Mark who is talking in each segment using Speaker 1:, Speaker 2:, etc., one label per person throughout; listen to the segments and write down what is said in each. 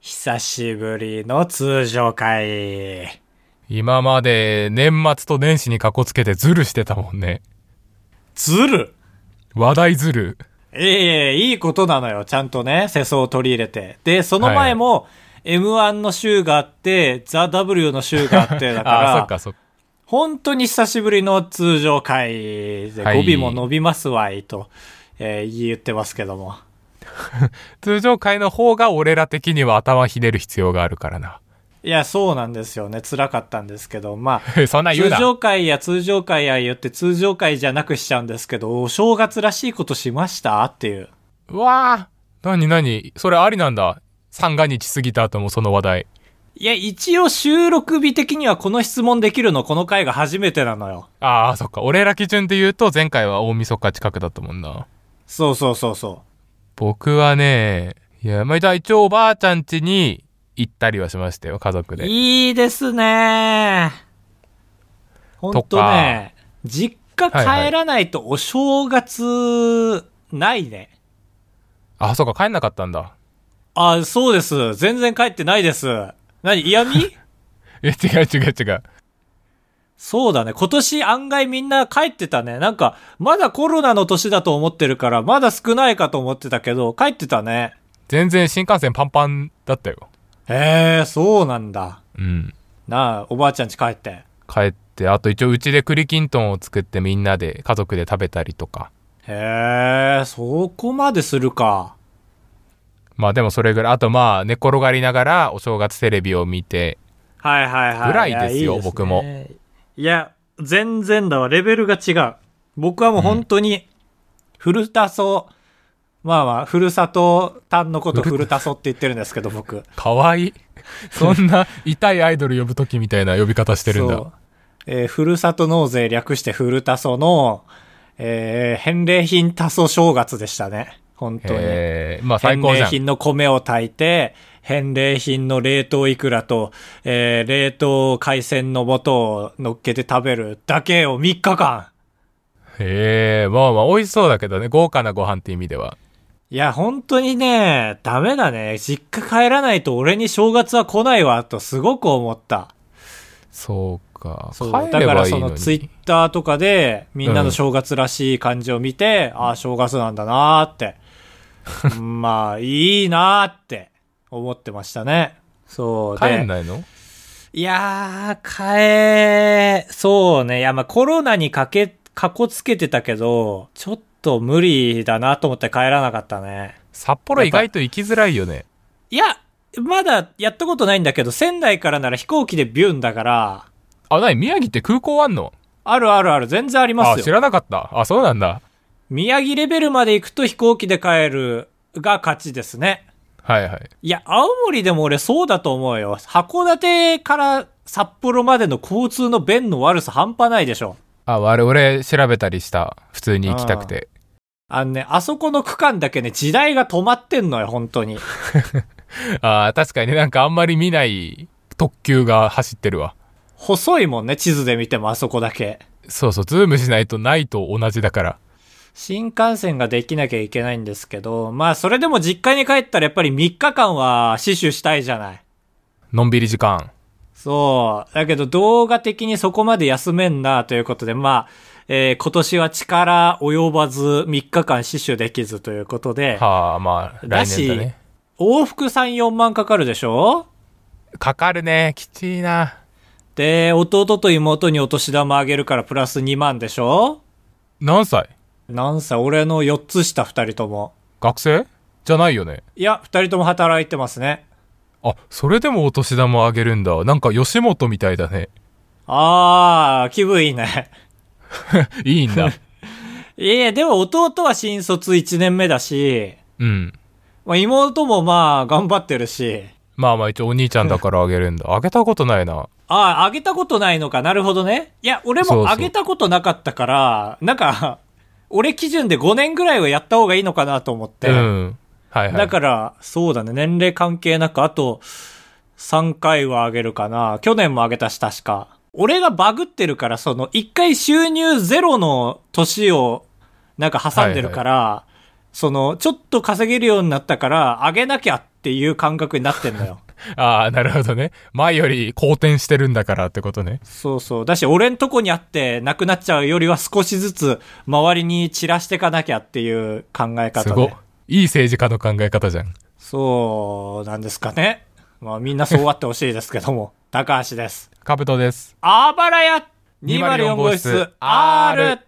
Speaker 1: 久しぶりの通常会。
Speaker 2: 今まで年末と年始にかこつけてズルしてたもんね。
Speaker 1: ずる
Speaker 2: 話題ズル。
Speaker 1: いえいえ、いいことなのよ。ちゃんとね、世相を取り入れて。で、その前も、M1 の週があって、ザ・ W の週があって、だか
Speaker 2: ああ、そ
Speaker 1: ら
Speaker 2: っ、かそっか。
Speaker 1: 本当に久しぶりの通常会で、
Speaker 2: はい
Speaker 1: 語尾も伸びますわいと、えー言ってますけども。
Speaker 2: 通常会の方が俺ら的には頭ひねる必要があるからな。
Speaker 1: いや、そうなんですよね。辛かったんですけど、まあ、
Speaker 2: そんなん言う
Speaker 1: 通
Speaker 2: な。
Speaker 1: 常会や通常会や言って通常会じゃなくしちゃうんですけど、お正月らしいことしましたっていう。
Speaker 2: うわぁ。なになにそれありなんだ。三が日過ぎた後もその話題。
Speaker 1: いや、一応収録日的にはこの質問できるのこの回が初めてなのよ。
Speaker 2: ああ、そっか。俺ら基準で言うと前回は大晦日近くだったもんな。
Speaker 1: そうそうそうそ
Speaker 2: 僕はね、いや、まあ、一応おばあちゃん家に行ったりはしましたよ、家族
Speaker 1: う。
Speaker 2: で。
Speaker 1: いいですねほんとね、実家帰らないとお正月ないね。
Speaker 2: あ、そうか、帰んなかったんだ。
Speaker 1: あ、そうです。全然帰ってないです。何嫌味
Speaker 2: え、違う違う違う。
Speaker 1: そうだね。今年案外みんな帰ってたね。なんか、まだコロナの年だと思ってるから、まだ少ないかと思ってたけど、帰ってたね。
Speaker 2: 全然新幹線パンパンだったよ。
Speaker 1: へえ、そうなんだ。
Speaker 2: うん。
Speaker 1: なあ、おばあちゃん家帰って。
Speaker 2: 帰って、あと一応うちで栗きんとんを作ってみんなで家族で食べたりとか。
Speaker 1: へえ、そこまでするか。
Speaker 2: まあでもそれぐらい。あとまあ寝転がりながらお正月テレビを見て。
Speaker 1: はいはいはい。
Speaker 2: ぐらいですよ
Speaker 1: やね
Speaker 2: 僕も
Speaker 1: いや、全然だわ。レベルが違う。僕はもう本当に、ふるたそ、まあまあ、ふるさとたんのことふるたそって 言ってるんですけど、僕。
Speaker 2: かわいい。そんな痛いアイドル呼ぶときみたいな呼び方してるん
Speaker 1: そ
Speaker 2: だ
Speaker 1: う。えーふるさと納税略してふるたその、えー返礼品たそ正月でしたね。本当に。
Speaker 2: えー、まあ最
Speaker 1: 返
Speaker 2: 高じ
Speaker 1: 礼
Speaker 2: ゃん。
Speaker 1: 品の米を炊いて、返礼品の冷凍いくらと、えー冷凍海鮮の素を乗っけて食べるだけを3日間。
Speaker 2: ええまあまあ美味しそうだけどね。豪華なご飯って意味では。
Speaker 1: いや、本当にね、ダメだね。実家帰らないと俺に正月は来ないわ、とすごく思った。
Speaker 2: そうか。
Speaker 1: そう
Speaker 2: 帰
Speaker 1: だ
Speaker 2: れ
Speaker 1: から
Speaker 2: ばいい
Speaker 1: そ
Speaker 2: の
Speaker 1: の
Speaker 2: に。
Speaker 1: ツイッターとかで、みんなの正月らしい感じを見て、ああ、正月なんだなー って。うんまあ、いいなーって思ってましたね。そう。
Speaker 2: 帰ん
Speaker 1: で、
Speaker 2: ないの
Speaker 1: いやー、帰、そうね。いや、まあコロナにかけ、かこつけてたけど、ちょっと無理だなと思って帰らなかったね。
Speaker 2: 札幌意外と行きづらいよね。
Speaker 1: いや、まだやったことないんだけど、仙台からなら飛行機でビューンだから、
Speaker 2: あ、なに宮城って空港あんの
Speaker 1: あるあるある、全然ありますよ。
Speaker 2: あ、知らなかった。あ、そうなんだ。
Speaker 1: 宮城レベルまで行くと飛行機で帰るが勝ちですね。
Speaker 2: はいはい。
Speaker 1: いや、青森でも俺そうだと思うよ。函館から札幌までの交通の便の悪さ半端ないでしょ。
Speaker 2: あ、我俺調べたりした。普通に行きたくて。
Speaker 1: あのね、あそこの区間だけね、時代が止まってんのよ、本当に。
Speaker 2: あー確かにね、なんかあんまり見ない特急が走ってるわ。
Speaker 1: 細いもんね、地図で見てもあそこだけ。
Speaker 2: そうそう、ズームしないとないと同じだから。
Speaker 1: 新幹線ができなきゃいけないんですけど、まあそれでも実家に帰ったらやっぱり3日間は死守したいじゃない。
Speaker 2: のんびり時間。
Speaker 1: そう。だけど動画的にそこまで休めんなということで、まあ、えー今年は力及ばず3日間死守できずということで、
Speaker 2: はあ、まあ、来年だね。
Speaker 1: 往復3、4万かかるでしょ
Speaker 2: かかるね。きちいな。
Speaker 1: で、弟と妹にお年玉あげるからプラス2万でしょ
Speaker 2: 何歳
Speaker 1: なんさ、俺の4つ下2人とも。
Speaker 2: 学生じゃないよね。
Speaker 1: いや、2人とも働いてますね。
Speaker 2: あ、それでもお年玉あげるんだ。なんか吉本みたいだね。
Speaker 1: あー、気分いいね。
Speaker 2: いいんだ。
Speaker 1: いやいや、でも弟は新卒1年目だし、
Speaker 2: うん。
Speaker 1: まあ、妹もまあ、頑張ってるし、
Speaker 2: まあまあ一応お兄ちゃんだからあげるんだ。あげたことないな。
Speaker 1: ああ、あげたことないのか。なるほどね。いや、俺
Speaker 2: そうそう
Speaker 1: もあげたことなかったから、なんか、俺基準で5年ぐらいはやった方がいいのかなと思って。
Speaker 2: うん。はいはい。
Speaker 1: だから、そうだね。年齢関係なく、あと、3回はあげるかな。去年もあげたし、確か。俺がバグってるから、その、1回収入ゼロの年を、なんか挟んでるから、その、ちょっと稼げるようになったから、あげなきゃってっていう感覚になってんの よ。
Speaker 2: ああ、なるほどね。前より好転してるんだからってことね。
Speaker 1: そうそう。だし、俺んとこにあって、なくなっちゃうよりは少しずつ周りに散らしていかなきゃっていう考え
Speaker 2: す
Speaker 1: 方
Speaker 2: ごい
Speaker 1: で。。
Speaker 2: いい政治家の考え方じゃん。
Speaker 1: そうなんですかね。まあみんなそうあってほしいですけども。 高橋です。
Speaker 2: カブトです。
Speaker 1: あばらや
Speaker 2: 204
Speaker 1: 204
Speaker 2: 号
Speaker 1: 号
Speaker 2: 室
Speaker 1: 室
Speaker 2: R
Speaker 1: R!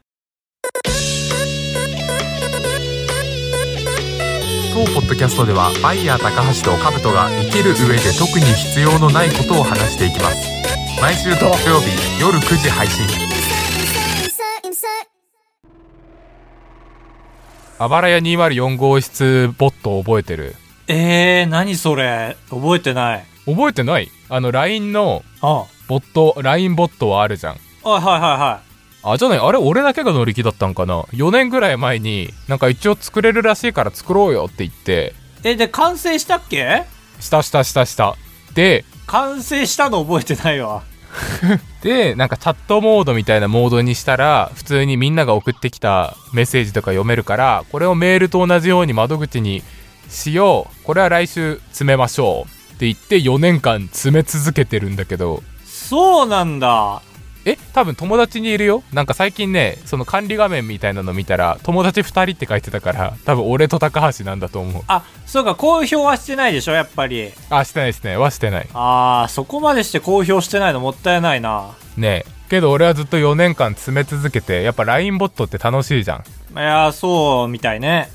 Speaker 2: 当ポッドキャストではバイヤー高橋とカブトが生きる上で特に必要のないことを話していきます毎週土曜日夜9時配信
Speaker 3: insert, insert.
Speaker 2: あばらや204号室ボット覚えてる
Speaker 1: えー、何それ覚えてない。
Speaker 2: 覚えてないあの LINE の
Speaker 1: あ
Speaker 2: ボット LINE ボットはあるじゃん
Speaker 1: あ。はいはいはいは
Speaker 2: あじゃないあれ俺だけが乗り気だったんかな4年ぐらい前になんか一応作れるらしいから作ろうよって言って
Speaker 1: い。え、で、完成したっけ
Speaker 2: したしたしたしたで
Speaker 1: 完成したの覚えてないわ。
Speaker 2: でなんかチャットモードみたいなモードにしたら普通にみんなが送ってきたメッセージとか読めるからこれをメールと同じように窓口にしようこれは来週詰めましょうって言って4年間詰め続けてるんだけど
Speaker 1: そうなんだ。
Speaker 2: え多分友達にいるよなんか最近ねその管理画面みたいなの見たら友達2人って書いてたから多分俺と高橋なんだと思う
Speaker 1: あ、そうか、公表はしてないでしょ、やっぱり。
Speaker 2: あしてないですねはしてない
Speaker 1: あー、そこまでして公表してないのもったいないな。
Speaker 2: ねえけど俺はずっと4年間詰め続けてやっぱ LINE ボットって楽しいじゃん
Speaker 1: いやー、そう、みたいね。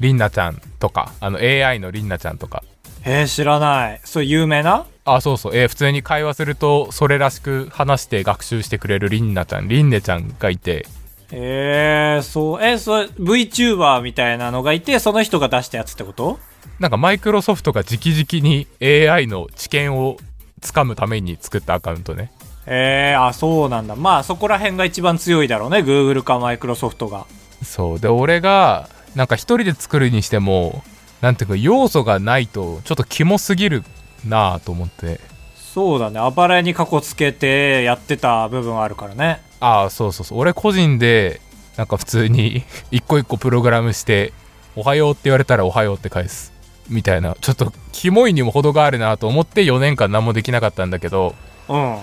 Speaker 2: りんなちゃんとかあの AI のりんなちゃんとか
Speaker 1: えー、知らない。そう、有名な
Speaker 2: あそうそう、えー普通に会話するとそれらしく話して学習してくれるりんなちゃんりんねちゃんがいて
Speaker 1: えー、そう、えー、そう、VTuber みたいなのがいて、その人が出したやつってこと
Speaker 2: なんかマイクロソフトが直々に AI の知見をつかむために作ったアカウントね
Speaker 1: えー、あ、そうなんだ。まあ、そこら辺が一番強いだろうね。Google か Microsoft が。
Speaker 2: そうで俺がなんか一人で作るにしてもなんていうか要素がないとちょっとキモすぎるなあと思って
Speaker 1: そうだね。あばらに過去つけてやってた部分あるからね。
Speaker 2: ああそうそうそう俺個人でなんか普通に 一個一個プログラムして「おはよう」って言われたら「おはよう」って返すみたいなちょっとキモいにも程があるなと思って4年間何もできなかったんだけど
Speaker 1: うん。は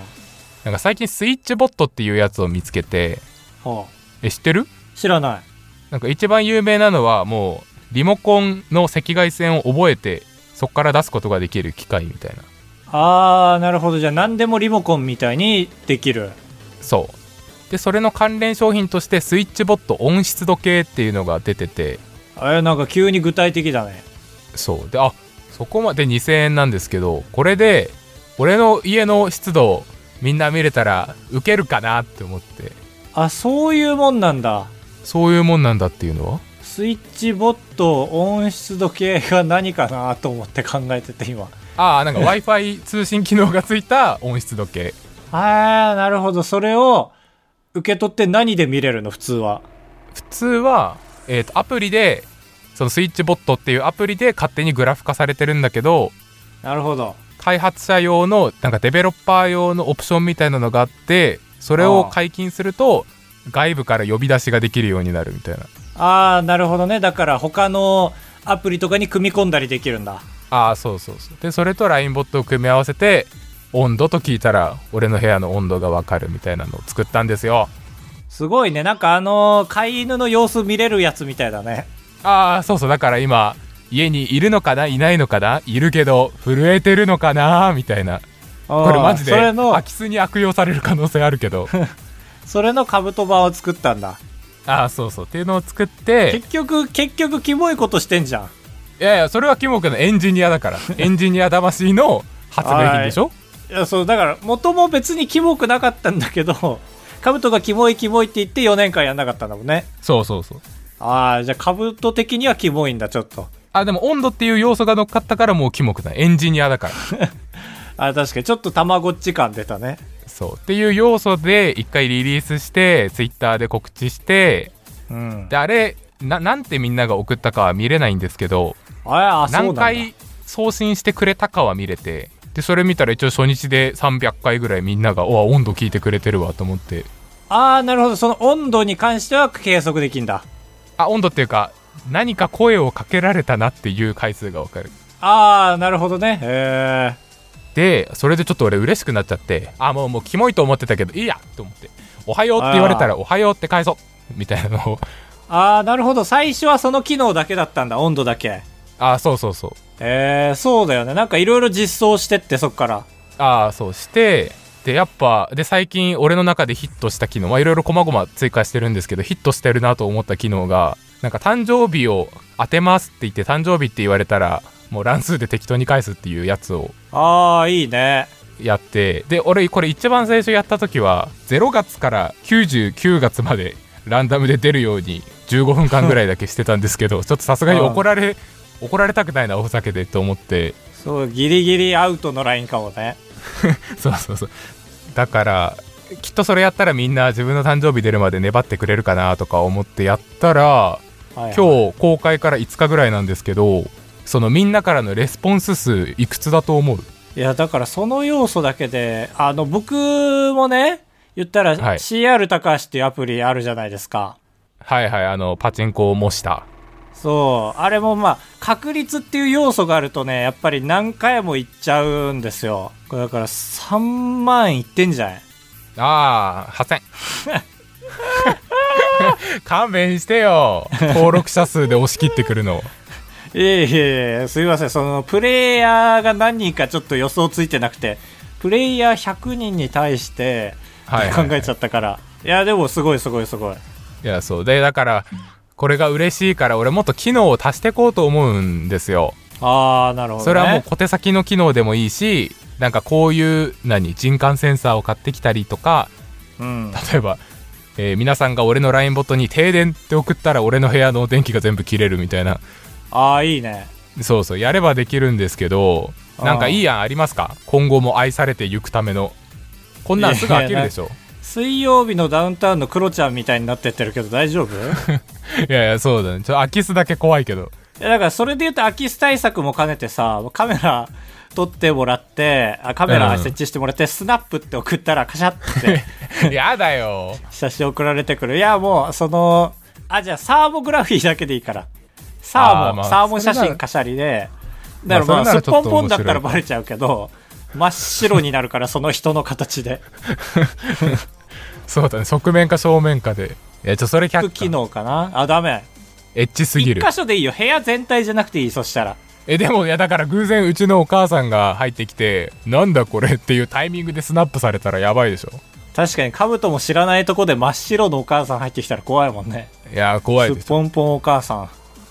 Speaker 2: なんか最近スイッチボットっていうやつを見つけて
Speaker 1: あ、
Speaker 2: え知ってる
Speaker 1: 知らない。
Speaker 2: なんか一番有名なのはもうリモコンの赤外線を覚えてそこから出すことができる機械みたいな
Speaker 1: あー、なるほど。じゃあ、何でもリモコンみたいにできる。
Speaker 2: そうでそれの関連商品としてスイッチボット温湿度計っていうのが出てて
Speaker 1: え、なんか急に具体的だね。
Speaker 2: そうであそこまで2000円なんですけどこれで俺の家の湿度をみんな見れたらウケるかなって思って
Speaker 1: あ、そういうもんなんだ。
Speaker 2: そういうもんなんだっていうのは
Speaker 1: スイッチボット音質度計が何かなと思って考えてて今。
Speaker 2: ああなんか w i f i 通信機能がついた温湿度計
Speaker 1: あー、なるほど。それを受け取って何で見れるの普通は。
Speaker 2: 普通は、えーとアプリでそのスイッチボットっていうアプリで勝手にグラフ化されてるんだけど
Speaker 1: なるほど。
Speaker 2: 開発者用のなんかデベロッパー用のオプションみたいなのがあってそれを解禁すると外部から呼び出しができるようになるみたいな
Speaker 1: あー、なるほどね。だから他のアプリとかに組み込んだりできるんだ。
Speaker 2: ああそうそうそうでそれと LINE ボットを組み合わせて温度と聞いたら俺の部屋の温度がわかるみたいなのを作ったんですよ
Speaker 1: すごいね。なんかあのー飼い犬の様子見れるやつみたいだね。
Speaker 2: ああそうそうだから今家にいるのかないないのかないるけど震えてるのかなみたいな こ
Speaker 1: こ
Speaker 2: れマジで
Speaker 1: それの
Speaker 2: 空、き巣に悪用される可能性あるけ ど
Speaker 1: それのカブト版を作ったんだ。
Speaker 2: ああそうそうっていうのを作って
Speaker 1: 結局、結局、キモいことしてんじゃん。
Speaker 2: いやいやそれはキモ君のエンジニアだからエンジニア魂の発明品でしょ
Speaker 1: いやそうだから元も別にキモくなかったんだけど カブトがキモいキモいって言って4年間やんなかったんだもんね
Speaker 2: そうそうそう
Speaker 1: ああじゃあカブト的にはキモいんだちょっと
Speaker 2: あでも温度っていう要素が乗っかったからもうキモくないエンジニアだから
Speaker 1: あー確かにちょっとたまごっち感出たね
Speaker 2: そうっていう要素で一回リリースしてツイッターで告知して
Speaker 1: うん
Speaker 2: であれななんてみんなが送ったかは見れないんですけど
Speaker 1: ああそうな
Speaker 2: 何
Speaker 1: んだ
Speaker 2: 回送信してくれたかは見れてでそれ見たら一応初日で300回ぐらいみんなが「おあ温度聞いてくれてるわ」と思って
Speaker 1: ああなるほどその温度に関しては計測できんだ
Speaker 2: あ温度っていうか何か声をかけられたなっていう回数がわかる
Speaker 1: ああ、なるほどね。へえ。
Speaker 2: でそれでちょっと俺嬉しくなっちゃってあもうもうキモいと思ってたけどいいやと思って「おはよう」って言われたら「おはよう」って返そうみたいなのを
Speaker 1: ああ、なるほど。最初はその機能だけだったんだ。温度だけ。
Speaker 2: あそうそうそう
Speaker 1: えー、そうだよね。なんかいろいろ実装してって、そっから。
Speaker 2: ああそうしてでやっぱで最近俺の中でヒットした機能はいろいろ細々追加してるんですけどヒットしてるなと思った機能がなんか誕生日を当てますって言って誕生日って言われたらもう乱数で適当に返すっていうやつを
Speaker 1: ああ、いいね。
Speaker 2: やってで俺これ一番最初やった時は0月から99月までランダムで出るように15分間ぐらいだけしてたんですけどちょっとさすがに怒られ怒られたくないなお酒でと思って
Speaker 1: そう、ギリギリアウトのラインかもね。
Speaker 2: そうそうそうだからきっとそれやったらみんな自分の誕生日出るまで粘ってくれるかなとか思ってやったら
Speaker 1: はいはい、
Speaker 2: 今日公開から5日ぐらいなんですけどそのみんなからのレスポンス数いくつだと思う
Speaker 1: いや、だからその要素だけで、あの、僕もね、言ったら、
Speaker 2: はい
Speaker 1: CR 高橋っていうアプリあるじゃないですか。
Speaker 2: はいはいあのパチンコを模した
Speaker 1: そう、あれもまあ、確率っていう要素があるとね、やっぱり何回もいっちゃうんですよ。これだから3万いってんじゃない
Speaker 2: ああ8000 勘弁してよ登録者数で押し切ってくる の
Speaker 1: いえいえいえ、すいません。その、プレイヤーが何人かちょっと予想ついてなくて、プレイヤー100人に対して、
Speaker 2: はいはいはい
Speaker 1: 考えちゃったから。いや、でもすごいすごいすごい。
Speaker 2: いやそうでだからこれが嬉しいから俺もっと機能を足してこうと思うんですよ
Speaker 1: あー、なるほど、ね。
Speaker 2: それはもう小手先の機能でもいいしなんかこういう何人感センサーを買ってきたりとか
Speaker 1: うん。
Speaker 2: 例えば、えー皆さんが俺の LINE ボットに「停電」って送ったら俺の部屋の電気が全部切れるみたいな
Speaker 1: あー、いいね。
Speaker 2: そうそうやればできるんですけどなんかいい案ありますか今後も愛されていくためのこんなんすぐ飽きるでしょ
Speaker 1: 水曜日のダウンタウンのクロちゃんみたいになってってるけど大丈夫い
Speaker 2: いやいやそうだねちょっと飽きすだけ怖い けど
Speaker 1: やだからそれで言うと空き巣対策も兼ねてさカメラ 撮ってもらってあカメ
Speaker 2: う
Speaker 1: ラ
Speaker 2: ん
Speaker 1: 設置してもらって、スナップって送ったらカシャッて
Speaker 2: やだよ
Speaker 1: 写真送られてくるいやもうそのあじゃあサーモグラフィーだけでいいからサーモ
Speaker 2: あーまあ
Speaker 1: サーモ写
Speaker 2: それな
Speaker 1: 真
Speaker 2: ら
Speaker 1: カシャリで
Speaker 2: ま
Speaker 1: だ
Speaker 2: あ
Speaker 1: からまあ
Speaker 2: そ
Speaker 1: す
Speaker 2: れな
Speaker 1: っ
Speaker 2: らちょ
Speaker 1: ぽ
Speaker 2: っ
Speaker 1: ん
Speaker 2: と
Speaker 1: ぽん
Speaker 2: 面白い
Speaker 1: だったらバレちゃうけど真っ白になるからその人の形 で
Speaker 2: そうだね側面か正面かでいやちょそれ100
Speaker 1: 機
Speaker 2: か
Speaker 1: 能かなあダメ
Speaker 2: エッチすぎ
Speaker 1: 一
Speaker 2: る
Speaker 1: 箇所でいいよ部屋全体じゃなくていいそしたら
Speaker 2: えでもいやだから偶然うちのお母さんが入ってきてなんだこれっていうタイミングでスナップされたらやばいでしょ
Speaker 1: 確かにカブトも知らないとこで真っ白のお母さん入ってきたら怖いもんね
Speaker 2: いや怖いです
Speaker 1: っぽんぽんお母さん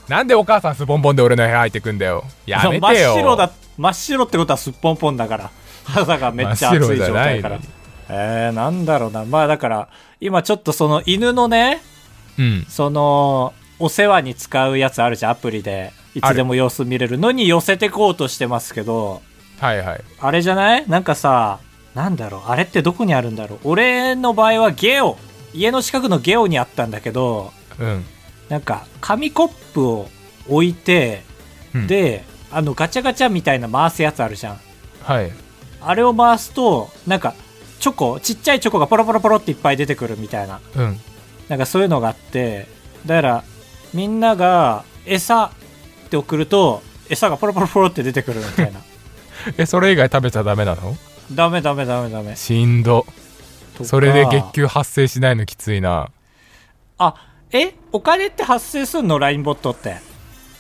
Speaker 2: なんでお母さんスボンボンで俺の部屋入ってくんだよやめてよ
Speaker 1: 真っ白だ真っ白ってことはすっぽんぽんだ から肌がめっちゃ熱い状態だから
Speaker 2: 真っ白じゃないのに
Speaker 1: えー、なんだろうなまあだから今ちょっとその犬のね
Speaker 2: うん
Speaker 1: そのお世話に使うやつあるじゃんアプリでいつでも様子見れるのに寄せてこうとしてますけど
Speaker 2: はいはい
Speaker 1: あれじゃないなんかさ、なんだろう、あれってどこにあるんだろう。俺の場合はゲオ、家の近くのゲオにあったんだけど、
Speaker 2: うん
Speaker 1: なんか紙コップを置いて、
Speaker 2: うん
Speaker 1: で、あのガチャガチャみたいな回すやつあるじゃん。
Speaker 2: はい
Speaker 1: あれを回すと、なんかチョコ、ちっちゃいチョコがポロポロポロっていっぱい出てくるみたいな。
Speaker 2: うん
Speaker 1: なんかそういうのがあって、だからみんなが餌って送ると、餌がポロポロポロって出てくるみた いな。
Speaker 2: えそれ以外食べちゃダメなの
Speaker 1: ダメダメダメダメ。
Speaker 2: しんど
Speaker 1: とか
Speaker 2: それで月給発生しないのきついな
Speaker 1: あ、えお金って発生すんの ?LINE ボットって。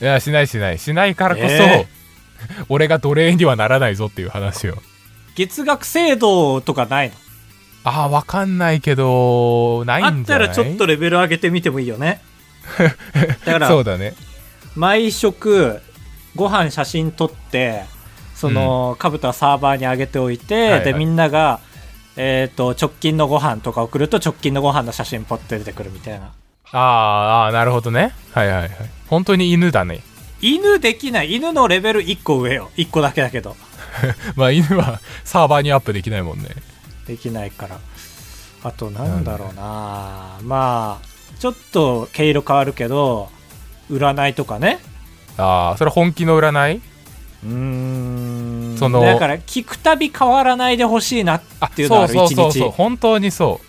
Speaker 2: いやしないしないしないからこそ、
Speaker 1: え
Speaker 2: 俺が奴隷にはならないぞっていう話よ
Speaker 1: 月額制度とかないの
Speaker 2: あーわかんないけどない
Speaker 1: あ
Speaker 2: ん
Speaker 1: っ
Speaker 2: じゃ
Speaker 1: た
Speaker 2: ない
Speaker 1: らちょっとレベル上げてみてもいいよね。だか
Speaker 2: そう
Speaker 1: ら、
Speaker 2: だね
Speaker 1: 毎食、ご飯写真撮って、その、かぶとはサーバーに上げておいて、
Speaker 2: はいは
Speaker 1: で、
Speaker 2: い
Speaker 1: みんなが、えっ、と、直近のご飯とか送ると、直近のご飯の写真ポッて出てくるみたいな。
Speaker 2: あーあーなるほどねはいはいはい本当に犬だね
Speaker 1: 犬できない。犬のレベル1個上よ。1個だけだけど。
Speaker 2: まあ犬はサーバーにアップできないもんね
Speaker 1: できないからあとなんだろうなまあちょっと毛色変わるけど占いとかね
Speaker 2: ああそれ本気の占いう
Speaker 1: ーん
Speaker 2: その
Speaker 1: だから聞くたび変わらないでほしいなっ
Speaker 2: あ
Speaker 1: ていうのがある
Speaker 2: そう
Speaker 1: 一
Speaker 2: そうそうそう
Speaker 1: 日
Speaker 2: 本当にそ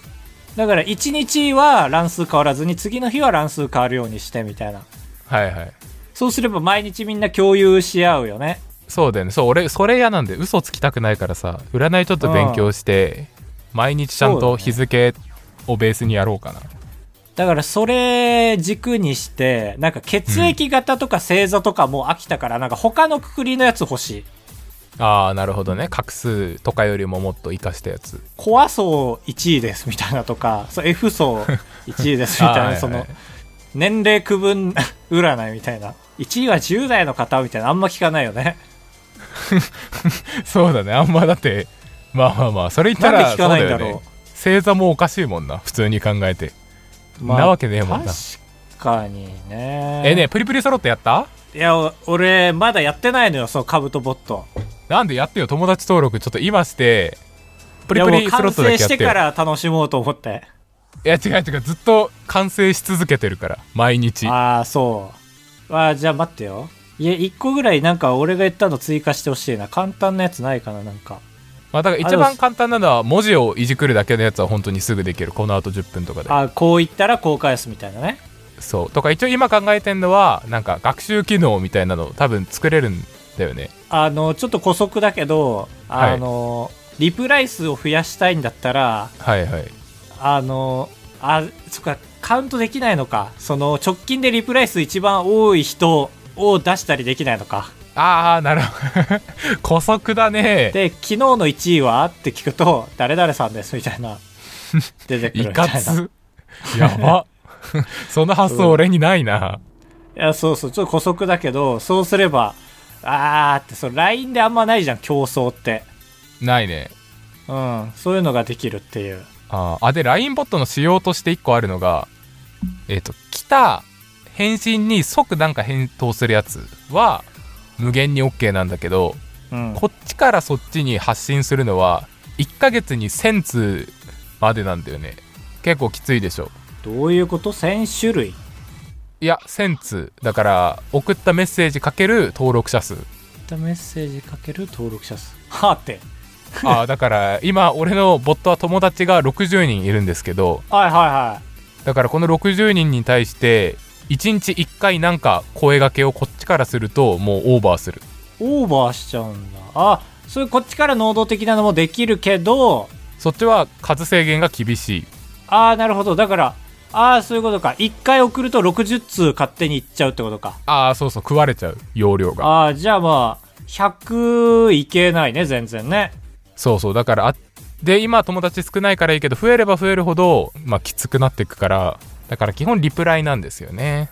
Speaker 2: う
Speaker 1: だから一日は乱数変わらずに次の日は乱数変わるようにしてみたいな
Speaker 2: はいはい
Speaker 1: そうすれば毎日みんな共有し合うよね
Speaker 2: そうだよねそう俺それ嫌なんで嘘つきたくないからさ占いちょっと勉強して毎日ちゃんと日付をベースにやろうかな
Speaker 1: だからそれ軸にして、なんか血液型とか星座とかもう飽きたから、なんか他のくくりのやつ欲しい。
Speaker 2: ああなるほどね画数とかよりももっと活かしたやつ
Speaker 1: コア層1位ですみたいなとか、そう F 層1位ですみたい
Speaker 2: あー
Speaker 1: な、そ
Speaker 2: は
Speaker 1: の
Speaker 2: いはい
Speaker 1: 年齢区分占いみたいな。1位は10代の方みたいな、あんま聞かないよね。
Speaker 2: そうだねあんまだってまあまあまあそれ言った
Speaker 1: なん
Speaker 2: ら
Speaker 1: で聞かないんだろう
Speaker 2: そよね星座もおかしいもんな普通に考えて
Speaker 1: まあ
Speaker 2: なわけねえもんな
Speaker 1: 確かにね。
Speaker 2: えねえプリプリソロってやった
Speaker 1: いや、お俺、まだやってないのよ、そう、カブトボット。
Speaker 2: なんでやってよ友達登録ちょっと今してプリプ
Speaker 1: いやも
Speaker 2: リ
Speaker 1: う
Speaker 2: スロットだ
Speaker 1: 完成
Speaker 2: けや
Speaker 1: し
Speaker 2: って
Speaker 1: て
Speaker 2: よ
Speaker 1: から楽しもうと思って。
Speaker 2: いや違う違うずっと完成し続けてるから毎日
Speaker 1: ああ、そう。あーじゃあ待ってよ。いや、1個ぐらいなんか俺が言ったの追加してほしいな。簡単なやつないかな、なんか。
Speaker 2: まあ、だから一番簡単なのは文字をいじくるだけのやつは本当にすぐできるこのあと10分とかで
Speaker 1: あーこう言ったらこう返すみたいなね。
Speaker 2: そうとか一応今考えてんのはなんか学習機能みたいなの多分作れるんだよね
Speaker 1: あの、ちょっと古速だけど、あの、リプライ数を増やしたいんだったら、
Speaker 2: はいはい
Speaker 1: あの、あ、そっか、カウントできないのか。その、直近でリプライ数一番多い人を出したりできないのか。
Speaker 2: ああなるほど 古速だね
Speaker 1: で、昨日の1位はって聞くと、誰々さんですみたいな。出てくる
Speaker 2: い
Speaker 1: みた
Speaker 2: か
Speaker 1: いな。い
Speaker 2: つやば その発想俺にないな、
Speaker 1: や、そうそう、ちょっと古速だけど、そうすれば、あーって、その LINE であんまないじゃん、競争って。
Speaker 2: ないね
Speaker 1: うん、そういうのができるっていう。
Speaker 2: あーあで LINE ボットの仕様として1個あるのがえっ、と来た返信に即なんか返答するやつは無限に OK なんだけど
Speaker 1: うん。
Speaker 2: こっちからそっちに発信するのは1ヶ月に1000通までなんだよね結構きついでしょ
Speaker 1: どういうこと ?1000 種類
Speaker 2: いや1000通だから送ったメッセージかける登録者数
Speaker 1: メッセージかける登録者数はあって
Speaker 2: あーだから今俺のボットは友達が60人いるんですけど
Speaker 1: はいはいは
Speaker 2: だからこの60人に対して1日1回なんか声掛けをこっちからするともうオーバーする
Speaker 1: いオーバーしちゃうんだあそれこっちから能動的なのもできるけど
Speaker 2: そっちは数制限が厳しい
Speaker 1: ああなるほどだからああそういうことか1回送ると60通勝手にいっちゃうってことか
Speaker 2: ああそうそう食われちゃう容量が
Speaker 1: ああじゃあまあ100いけないね全然ね
Speaker 2: そうそうだからあで今友達少ないからいいけど増えれば増えるほど、まあ、きつくなっていくからだから基本リプライなんですよね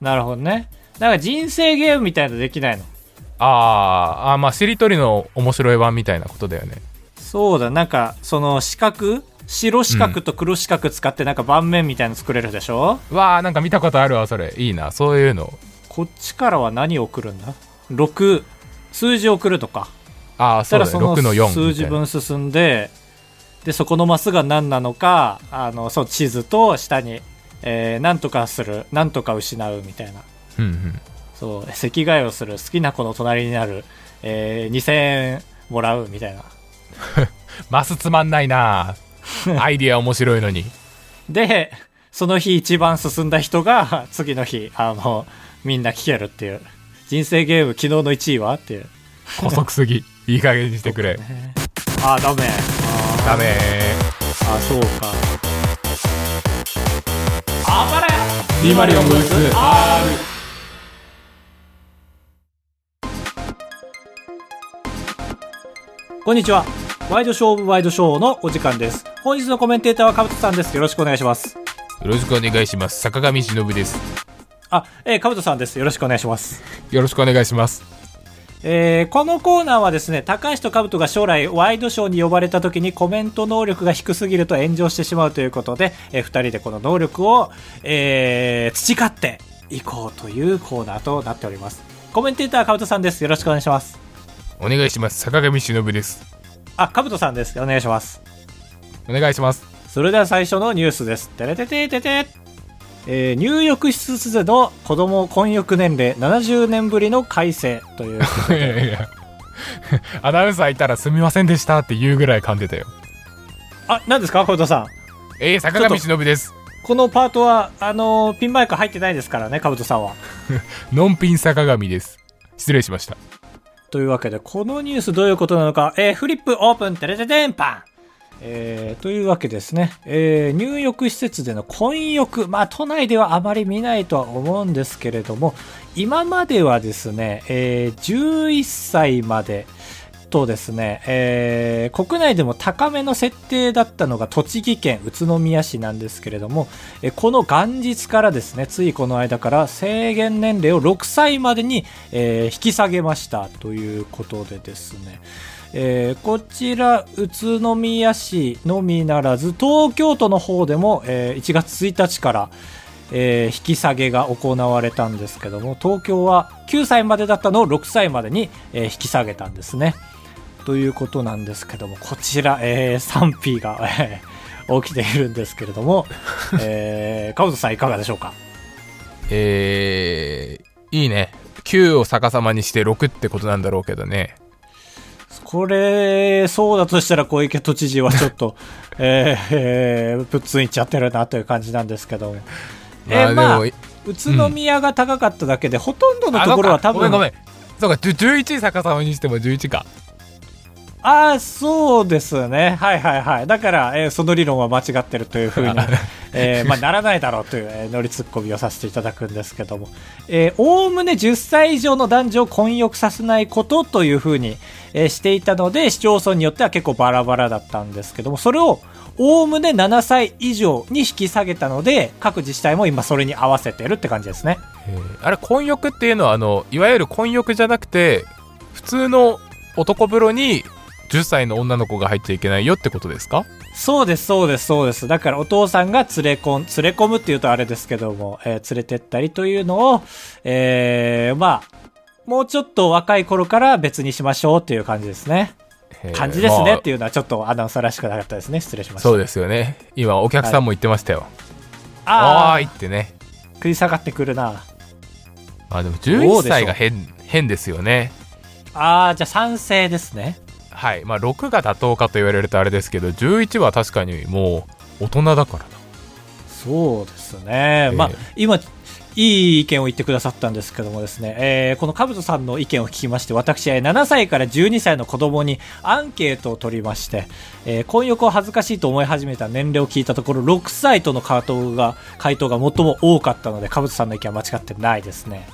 Speaker 1: なるほどねだから人生ゲームみたいなのできないの
Speaker 2: あーあーまあしりとりの面白い版みたいなことだよね
Speaker 1: そうだなんかその四角白四角と黒四角使ってなんか盤面みたいの作れるでしょ、
Speaker 2: わあなんか見たことあるわそれいいなそういうの
Speaker 1: こっちからは何を送るんだ ?6 数字を送るとか
Speaker 2: ああ
Speaker 1: し
Speaker 2: そ
Speaker 1: たら
Speaker 2: うだね
Speaker 1: その
Speaker 2: 6の4
Speaker 1: 数字分進んででそこのマスが何なのかあのそう地図と下に、えー、何とかする何とか失うみたいな
Speaker 2: うんうん
Speaker 1: そう席替えをする好きな子の隣にある、えー、2000円もらうみたいな
Speaker 2: マスつまんな いなアイディア面白いのに
Speaker 1: でその日一番進んだ人が 次の日あのみんな聞けるっていう人生ゲーム昨日の1位はっていう
Speaker 2: 古速すぎいい加減にしてくれ
Speaker 1: あーダメあー
Speaker 2: ダメ
Speaker 1: あそうか
Speaker 2: ーマリオンブース
Speaker 1: こんにちは。ワイドショーオブワイドショーのお時間です。本日のコメンテーターはカブトさんです。よろしくお願いします。
Speaker 2: よろしくお願いします坂上忍です
Speaker 1: あ、えー、カブトさんです。よろしくお願いします。
Speaker 2: よろしくお願いします
Speaker 1: えー、このコーナーはですね、高橋とカブトが将来ワイドショーに呼ばれた時にコメント能力が低すぎると炎上してしまうということで、えー、二人でこの能力を、えー、培っていこうというコーナーとなっております。コメンテーターはカブトさんです。よろしくお願いします。
Speaker 2: お願いします坂上忍です
Speaker 1: あ、カブトさんです。お願いします。
Speaker 2: お願いします
Speaker 1: それでは最初のニュースです。てれてててて。えー入浴施設での子供混浴年齢70年ぶりの改正という。
Speaker 2: いやいや アナウンサーいたらすみませんでしたって言うぐらい噛んでたよ
Speaker 1: あ、何ですか、小田さん。
Speaker 2: えー、坂上忍です
Speaker 1: このパートは、あのーピンマイク入ってないですからね、かぶとさんは。
Speaker 2: ノンピン坂上です失礼しました
Speaker 1: というわけで、このニュースどういうことなのか、えーフリップオープン、テレテテンパンえーというわけですね、えー入浴施設での混浴、まあ、都内ではあまり見ないとは思うんですけれども、今まではですね、えー11歳までとですね、えー国内でも高めの設定だったのが栃木県宇都宮市なんですけれども、えーこの元日からですね、ついこの間から制限年齢を6歳までに、えー引き下げましたということでですね、えーこちら宇都宮市のみならず東京都の方でも、えー1月1日から、えー引き下げが行われたんですけども東京は9歳までだったのを6歳までに、えー引き下げたんですね。ということなんですけどもこちら、えー賛否が、えー起きているんですけれど も、えー、カウトさんいかがでしょうか
Speaker 2: えー、いいね9を逆さまにして6ってことなんだろうけどね
Speaker 1: これ、そうだとしたら小池都知事はちょっ と、えーえー、プッツンいっちゃってるなという感じなんですけども。えーまあ、
Speaker 2: でも
Speaker 1: 宇都宮が高かっただけで、ほとんどのところは多分、
Speaker 2: あそうかごめんごめんそうかじゅ11逆さまにしても11か
Speaker 1: ああ、そうですね。はいはいはい。だから、えーその理論は間違ってるというふうに、えーまあ、ならないだろうという、えー乗りツッコミをさせていただくんですけども、えー、おおむね10歳以上の男女を混浴させないことというふうに、えーしていたので、市町村によっては結構バラバラだったんですけども、それを、おおむね7歳以上に引き下げたので、各自治体も今それに合わせてるって感じですね。
Speaker 2: えーあれ混浴っていうのはあのいわゆる混浴じゃなくて普通の男風呂に10歳の女の子が入っちゃいけないよってことですか
Speaker 1: そうです、そうです、そうです。だからお父さんが連れ込ん、連れ込むっていうとあれですけども、えー連れてったりというのを、えー、まあ、もうちょっと若い頃から別にしましょうっていう感じですね。
Speaker 2: えー
Speaker 1: 感じです
Speaker 2: ま
Speaker 1: ね
Speaker 2: あ
Speaker 1: っていうのはちょっとアナウンサーらしくなかったですね。失礼しました。
Speaker 2: そうですよね今お客さんも言ってましたよ、
Speaker 1: あ
Speaker 2: あーい
Speaker 1: ー
Speaker 2: ってね
Speaker 1: 食い下がってくるな。
Speaker 2: まあでも
Speaker 1: どう
Speaker 2: 11
Speaker 1: でしょう
Speaker 2: 歳が変変ですよね
Speaker 1: あー、じゃあ賛成ですね。
Speaker 2: はいまあ6が妥当かと言われるとあれですけど11は確かにもう大人だからな
Speaker 1: そうですね、まあ
Speaker 2: ええ
Speaker 1: 今いい意見を言ってくださったんですけどもですね、えーこのカブトさんの意見を聞きまして私えー7歳から12歳の子供にアンケートを取りまして、えー婚欲を恥ずかしいと思い始めた年齢を聞いたところ6歳との回答が回答が最も多かったのでカブトさんの意見は間違ってないですね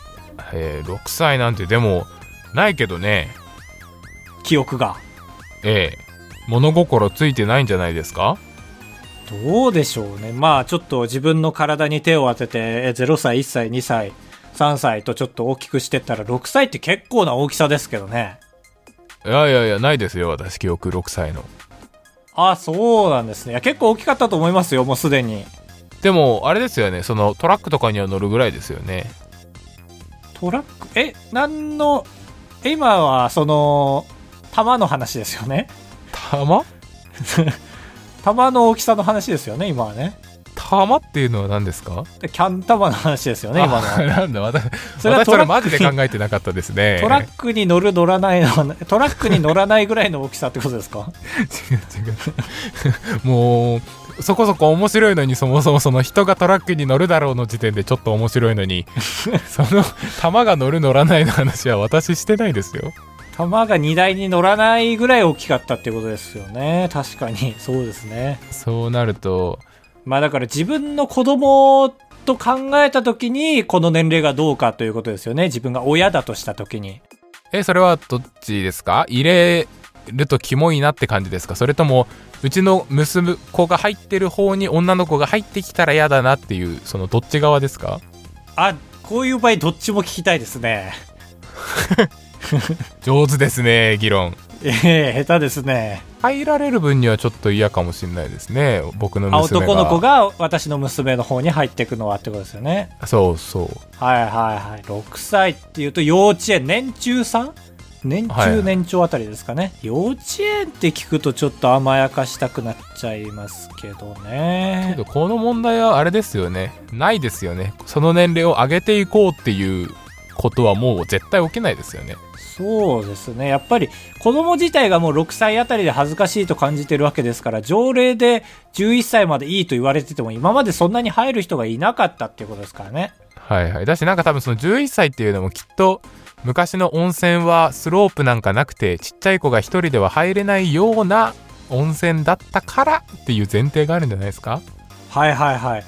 Speaker 2: えー6歳なんてでもないけどね
Speaker 1: 記憶が
Speaker 2: ええ物心ついてないんじゃないですか
Speaker 1: どうでしょうねまあちょっと自分の体に手を当ててえー0歳1歳2歳3歳とちょっと大きくしてったら6歳って結構な大きさですけどね
Speaker 2: いやいやいやないですよ私記憶6歳の
Speaker 1: あ、そうなんですね。いや、結構大きかったと思いますよ、もうすでに。
Speaker 2: でもあれですよねそのトラックとかには乗るぐらいですよね
Speaker 1: トラック、え、なんの、え今は、その、玉の話ですよね。
Speaker 2: 玉
Speaker 1: 玉の大きさの話ですよね、今はね。
Speaker 2: 玉っていうのは何ですか
Speaker 1: でキャン玉の話ですよね、今の
Speaker 2: あ
Speaker 1: は。
Speaker 2: なんだ私
Speaker 1: それは
Speaker 2: 私
Speaker 1: ト
Speaker 2: そ
Speaker 1: ラ
Speaker 2: れ
Speaker 1: ック
Speaker 2: マジで考えてなかったですね
Speaker 1: トラックに乗る乗らないのは、トラックに乗らないぐらいの大きさってことですか
Speaker 2: 違う違 うもうそこそこ面白いのにそもそもその人がトラックに乗るだろうの時点でちょっと面白いの にその玉が乗る乗らないの話は私してないですよ
Speaker 1: 玉が荷台に乗らないぐらい大きかったってことですよね。確かに。そうですね。
Speaker 2: そうなると
Speaker 1: まあだから自分の子供と考えた時にこの年齢がどうかということですよね自分が親だとした時に
Speaker 2: えそれはどっちですか入れるとキモいなって感じですかそれともうちの娘子が入ってる方に女の子が入ってきたら嫌だなっていうそのどっち側ですか
Speaker 1: あこういう場合どっちも聞きたいですね
Speaker 2: 上手ですね議論
Speaker 1: ええ下手ですね
Speaker 2: 入られる分にはちょっと嫌かもしれないですね僕の
Speaker 1: あ
Speaker 2: 娘が
Speaker 1: 男の子が私の娘の方に入っていくのはってことですよね
Speaker 2: そうそう
Speaker 1: はいはいはい6歳っていうと幼稚園年中さん年
Speaker 2: はいは
Speaker 1: 中
Speaker 2: い
Speaker 1: 年長あたりですかね、幼稚園って聞くとちょっと甘やかしたくなっちゃいますけどね
Speaker 2: けどこの問題はあれですよねないですよねその年齢を上げていこうっていうことはもう絶対起きないですよね
Speaker 1: そうですね。やっぱり子供自体がもう6歳あたりで恥ずかしいと感じてるわけですから、条例で11歳までいいと言われてても、今までそんなに入る人がいなかったっていうことですからね。
Speaker 2: はいはい。だしなんか多分その11歳っていうのもきっと昔の温泉はスロープなんかなくてちっちゃい子が一人では入れないような温泉だったからっていう前提があるんじゃないですか
Speaker 1: はいはいはい。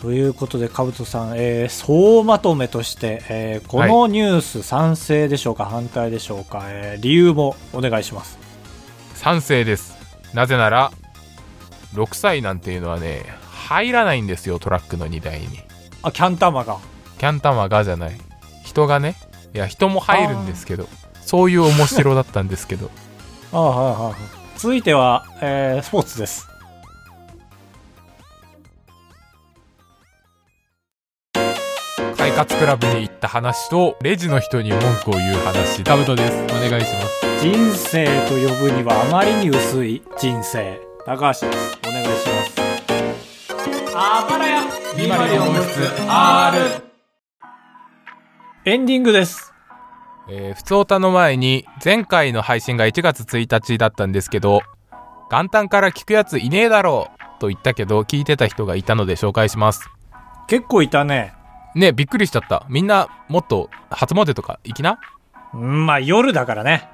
Speaker 1: ということで、かぶとさん、えー総まとめとして、えーこのニュース賛成でしょうか、反対でしょうか、えー理由もお願いします。
Speaker 2: 賛成です。なぜなら6歳なんていうのはね入らないんですよトラックの荷台に。
Speaker 1: あ、キャン玉が。
Speaker 2: キャンタマがじゃない人がねいや人も入るんですけどそういう面白だったんですけど
Speaker 1: ああはいはいはい。続いては、えースポーツです。
Speaker 2: 快活クラブに行った話とレジの人に文句を言う話タブトですお願いします
Speaker 1: 人生と呼ぶにはあまりに薄い人生高橋ですお願いしますあばらやエンディングです
Speaker 2: えー、普通歌の前に前回の配信が1月1日だったんですけど元旦から聞くやついねえだろうと言ったけど聞いてた人がいたので紹介します
Speaker 1: 結構いたね
Speaker 2: ねびっくりしちゃったみんなもっと初詣とか行きな
Speaker 1: うんまあ夜だからね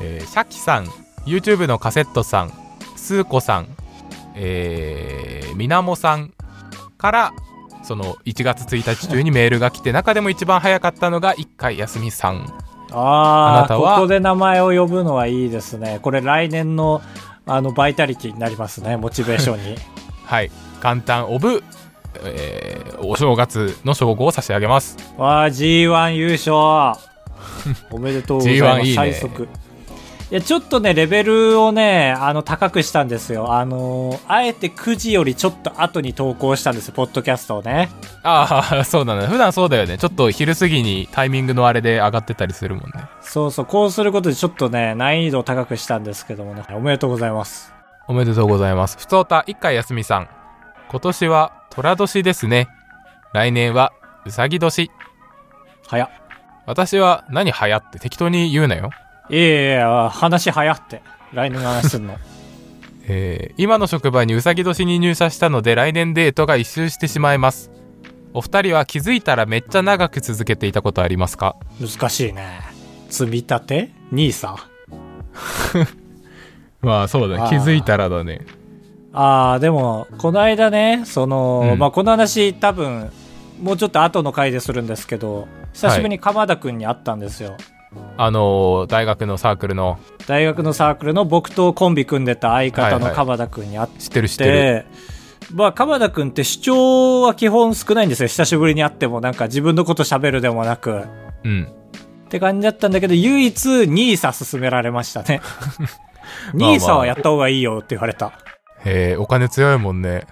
Speaker 2: えーシャキさん YouTube のカセットさんスーコさんえー、みなもさんからその1月1日中にメールが来て中でも一番早かったのが1回休みさん
Speaker 1: あ
Speaker 2: あな
Speaker 1: あ
Speaker 2: たは
Speaker 1: ここで名前を呼ぶのはいいですねこれ来年のあのバイタリティになりますねモチベーションに
Speaker 2: はい簡単オブ、えーお正月の称号を差し上げます
Speaker 1: わあ G1 優勝 おめでとうございます
Speaker 2: G1 いいね
Speaker 1: 最速いやちょっとねレベルをねあの高くしたんですよあのーあえて9時よりちょっと後に投稿したんですよポッドキャストをね
Speaker 2: ああ そうなんだ普段そうだよねちょっと昼過ぎにタイミングのあれで上がってたりするもんね
Speaker 1: そうそうこうすることでちょっとね難易度を高くしたんですけどもねおめでとうございます
Speaker 2: おめでとうございます。ふつおた一回休みさん。今年は虎年ですね。来年はうさぎ年。
Speaker 1: 早っ
Speaker 2: 私は何流行って適当に言うなよ。
Speaker 1: いやいやいや話早って来年の話すんの
Speaker 2: えー今の職場にうさぎ年に入社したので来年デートが一周してしまいます。お二人は気づいたらめっちゃ長く続けていたことありますか
Speaker 1: 難しいね積み立て兄さん
Speaker 2: まあそう
Speaker 1: ね気づいた
Speaker 2: らだね。
Speaker 1: ああでもこの間ねその、
Speaker 2: うん
Speaker 1: まあこの話多分もうちょっと後の回でするんですけど久しぶりに鎌田君に会ったんですよ、
Speaker 2: あのー大学のサークルの
Speaker 1: 大学のサークルの僕とコンビ組んでた相方
Speaker 2: はい
Speaker 1: の
Speaker 2: はい
Speaker 1: 鎌田君に会っ
Speaker 2: 知ってる知って
Speaker 1: て、
Speaker 2: る。
Speaker 1: まあ鎌田君って主張は基本少ないんですよ久しぶりに会ってもなんか自分のこと喋るでもなく
Speaker 2: うん。
Speaker 1: って感じだったんだけど唯一ニーサ勧められました ねニーサはやった方がいいよって言われた
Speaker 2: えーお金強いもんね。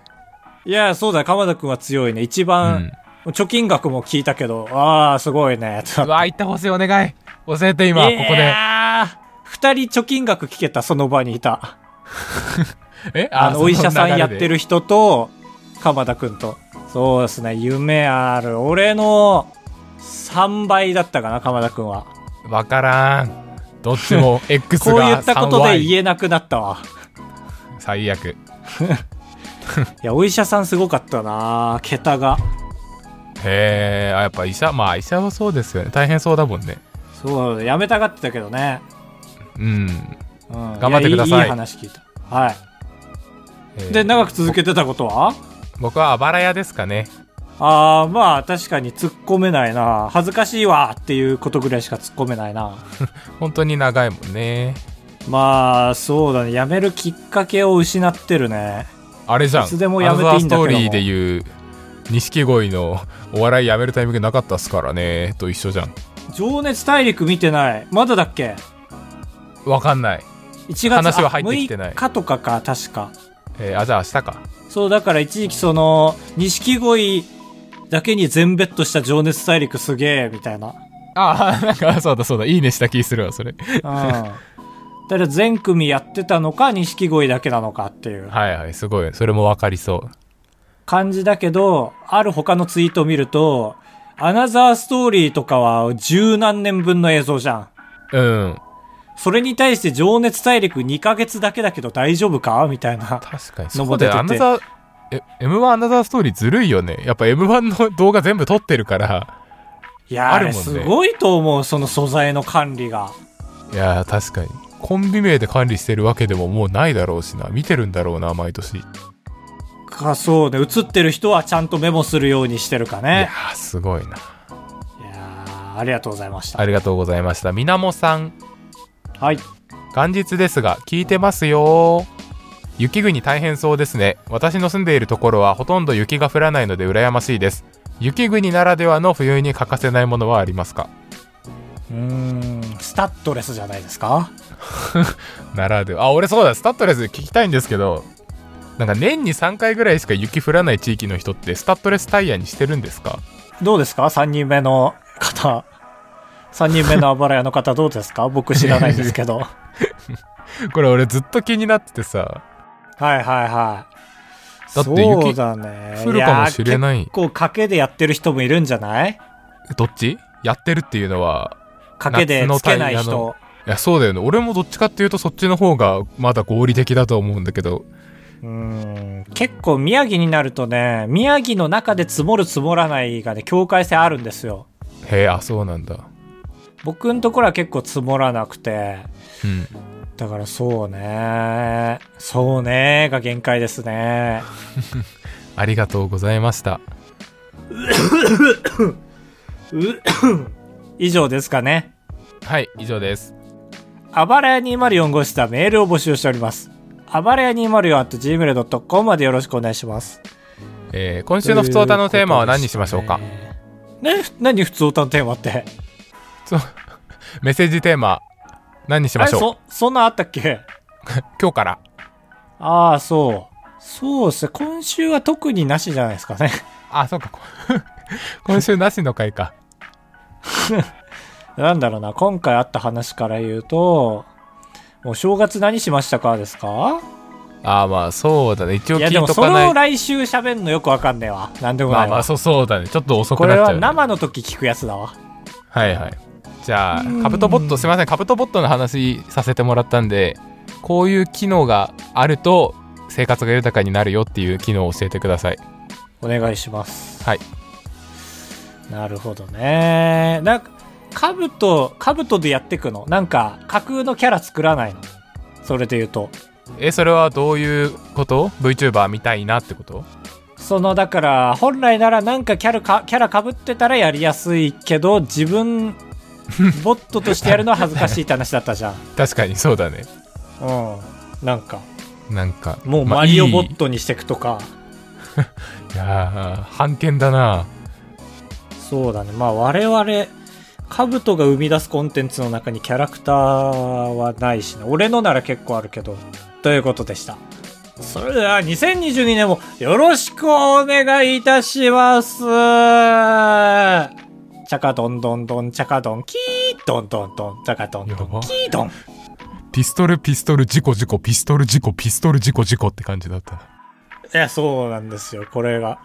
Speaker 1: いやそうだ鎌田君は強いね一
Speaker 2: う
Speaker 1: 番、
Speaker 2: ん。
Speaker 1: 貯金額も聞いたけど、ああ、すごいね。
Speaker 2: うわ、行ってほしい、お願い。教えて、今、ここ
Speaker 1: い
Speaker 2: で。
Speaker 1: やー二人貯金額聞けた、その場にいた。
Speaker 2: え
Speaker 1: あの、お医者さんやって
Speaker 2: る。
Speaker 1: る人と、鎌田くんと。そうですね、夢ある。俺の3倍だったかな、鎌田くんは。
Speaker 2: わからん。どっ ちも X
Speaker 1: こう
Speaker 2: が
Speaker 1: いったことで
Speaker 2: え。
Speaker 1: 言えなくなったわ。
Speaker 2: 最
Speaker 1: い
Speaker 2: 悪。
Speaker 1: や、お医者さんすごかったな桁が。
Speaker 2: へえ、あやっぱ医者、まあ医者はそうですよね。大変そうだもんね。
Speaker 1: そう、やめたがってたけどね。
Speaker 2: うん。
Speaker 1: うん。
Speaker 2: 頑張ってください
Speaker 1: やいいいい話聞いた。はい。
Speaker 2: えー
Speaker 1: で、長く続けてたことは
Speaker 2: 僕はあばら屋ですかね。
Speaker 1: ああ、まあ確かに突っ込めないな。恥ずかしいわっていうことぐらいしか突っ込めないな。
Speaker 2: 本当に長いもんね。
Speaker 1: まあそうだね。辞めるきっかけを失ってるね。
Speaker 2: あれじゃん。
Speaker 1: いつでもやめていいんだけども
Speaker 2: アナザーストーリーで言う、錦鯉のお笑いやめるタイミングなかったっすからね。と一緒じゃん。
Speaker 1: 情熱大陸見てない。まだだっけ
Speaker 2: わかんない。
Speaker 1: ?1 月
Speaker 2: 話は入ってきてない
Speaker 1: あ6日とかか、確か。
Speaker 2: えーあ、じゃあ明日か。
Speaker 1: そう、だから一時期その、錦鯉だけに全ベッドした情熱大陸すげえ、みたいな。
Speaker 2: ああ、なん か、そうだそうだ。いいねした気するわ、そ
Speaker 1: う
Speaker 2: れ。
Speaker 1: ん。だから全組やってたのか、錦鯉だけなのかっていう。
Speaker 2: はいはい、すごい。それもわかりそう。
Speaker 1: 感じだけど、ある他のツイートを見ると、アナザーストーリーとかは十何年分の映像じゃん。
Speaker 2: うん
Speaker 1: それに対して情熱大陸2ヶ月だけだけど大丈夫かみたいな。
Speaker 2: 確かにそ
Speaker 1: の
Speaker 2: こ
Speaker 1: も
Speaker 2: で
Speaker 1: 出てて
Speaker 2: アナザーえ M1 アナザーストーリーずるいよねやっぱ M1 の動画全部撮ってるから
Speaker 1: いやー、
Speaker 2: あ
Speaker 1: あ
Speaker 2: るも
Speaker 1: れ
Speaker 2: んね
Speaker 1: すごいと思う、その素材の管理が。
Speaker 2: いやー確かにコンビ名で管理してるわけでももうないだろうしな見てるんだろうな毎年い
Speaker 1: か、そうね。映ってる人はちゃんとメモするようにしてるか
Speaker 2: や
Speaker 1: ね。
Speaker 2: ーすごいない
Speaker 1: やー、ありがとうございました。
Speaker 2: ありがとうございましたみなもさん
Speaker 1: はい。
Speaker 2: 元日ですが聞いてますよ雪国大変そうですね私の住んでいるところはほとんど雪が降らないので羨ましいです雪国ならではの冬に欠かせないものはありますか
Speaker 1: うーん、スタッドレスじゃないですか
Speaker 2: ならではあ俺そうだスタッドレス聞きたいんですけどなんか年に3回ぐらいしか雪降らない地域の人ってスタッドレスタイヤにしてるんですか
Speaker 1: どうですか ?3 人目の方。3人目のあばら屋の方どうですか僕知らないですけど。はい
Speaker 2: これ俺ずっと気になっててさ
Speaker 1: はいはい。
Speaker 2: だって雪
Speaker 1: そうだね。
Speaker 2: 降るかもしれない
Speaker 1: やー結構賭けでやってる人もいるんじゃない
Speaker 2: どっちやってるっていうのは
Speaker 1: 賭けでつけない
Speaker 2: 夏の
Speaker 1: 人。
Speaker 2: いやそうだよね俺もどっちかっていうとそっちの方がまだ合理的だと思うんだけど
Speaker 1: うーん結構宮城になるとね宮城の中で積もる積もらないがね境界線あるんですよ
Speaker 2: へえあそうなんだ
Speaker 1: 僕のところは結構積もらなくて
Speaker 2: うん
Speaker 1: だからそうねそうねが限界ですね
Speaker 2: ありがとうございました
Speaker 1: う以上ですかね
Speaker 2: はい以上です
Speaker 1: あばらや204号室はメールを募集しておりますあばらや204 at gmail.com までよろしくお願いします
Speaker 2: えー今週の普通歌のテーマは何にしましょうか
Speaker 1: ね何普通歌のテーマって
Speaker 2: そう メッセージテーマ何にしまし
Speaker 1: あ
Speaker 2: ょう
Speaker 1: れそそんなんあったっけ
Speaker 2: 今日から
Speaker 1: ああ、そう。そうですね。今週は特になしじゃないですかね。
Speaker 2: あそうか こ今週なしの回か
Speaker 1: なんだろうな。今回あった話から言うと、お正月何しましたかですか
Speaker 2: ああまあそうだね一応
Speaker 1: い
Speaker 2: 聞
Speaker 1: や、
Speaker 2: い
Speaker 1: でも
Speaker 2: と
Speaker 1: そ
Speaker 2: か
Speaker 1: れ
Speaker 2: ない
Speaker 1: を来週喋んのよくわかんねえわ。なんでも
Speaker 2: ま
Speaker 1: な
Speaker 2: あ
Speaker 1: い
Speaker 2: ま
Speaker 1: わ。
Speaker 2: あそうそうだねちょっと遅く
Speaker 1: こ
Speaker 2: な
Speaker 1: れ
Speaker 2: っちゃう
Speaker 1: は
Speaker 2: ね、
Speaker 1: 生の時聞くやつだわ。
Speaker 2: はいはいじゃあカブトボットすいませんカブトボットの話させてもらったんでこういう機能があると生活が豊かになるよっていう機能を教えてください
Speaker 1: お願いします。
Speaker 2: はい
Speaker 1: なるほどね。なんか、カブト、カブトでやってくのなんか、架空のキャラ作らないのそれで言うと。
Speaker 2: えそれはどういうこと VTuber みたいなってこと
Speaker 1: そのだから本来ならなんかキャラかキャラかぶってたらやりやすいけど自 分ボットとしてやるのは恥ずかしいって話だったじゃん
Speaker 2: 確かにそうだね
Speaker 1: うんなんか
Speaker 2: なんか
Speaker 1: もう
Speaker 2: まあ
Speaker 1: マリオボ
Speaker 2: いい
Speaker 1: ットにしていくとか、
Speaker 2: いやー判件だな
Speaker 1: そうだねまあ我々カブトが生み出すコンテンツの中にキャラクターはないしね俺のなら結構あるけどということでしたそれでは2022年もよろしくお願いいたしますチャカドンドンドンチャカドンキードンドンドンチャカドンド
Speaker 2: やば
Speaker 1: ンキードン
Speaker 2: ピストルピストル事故事故ピストル事故ピストル事故事故って感じだったない
Speaker 1: やそうなんですよこれが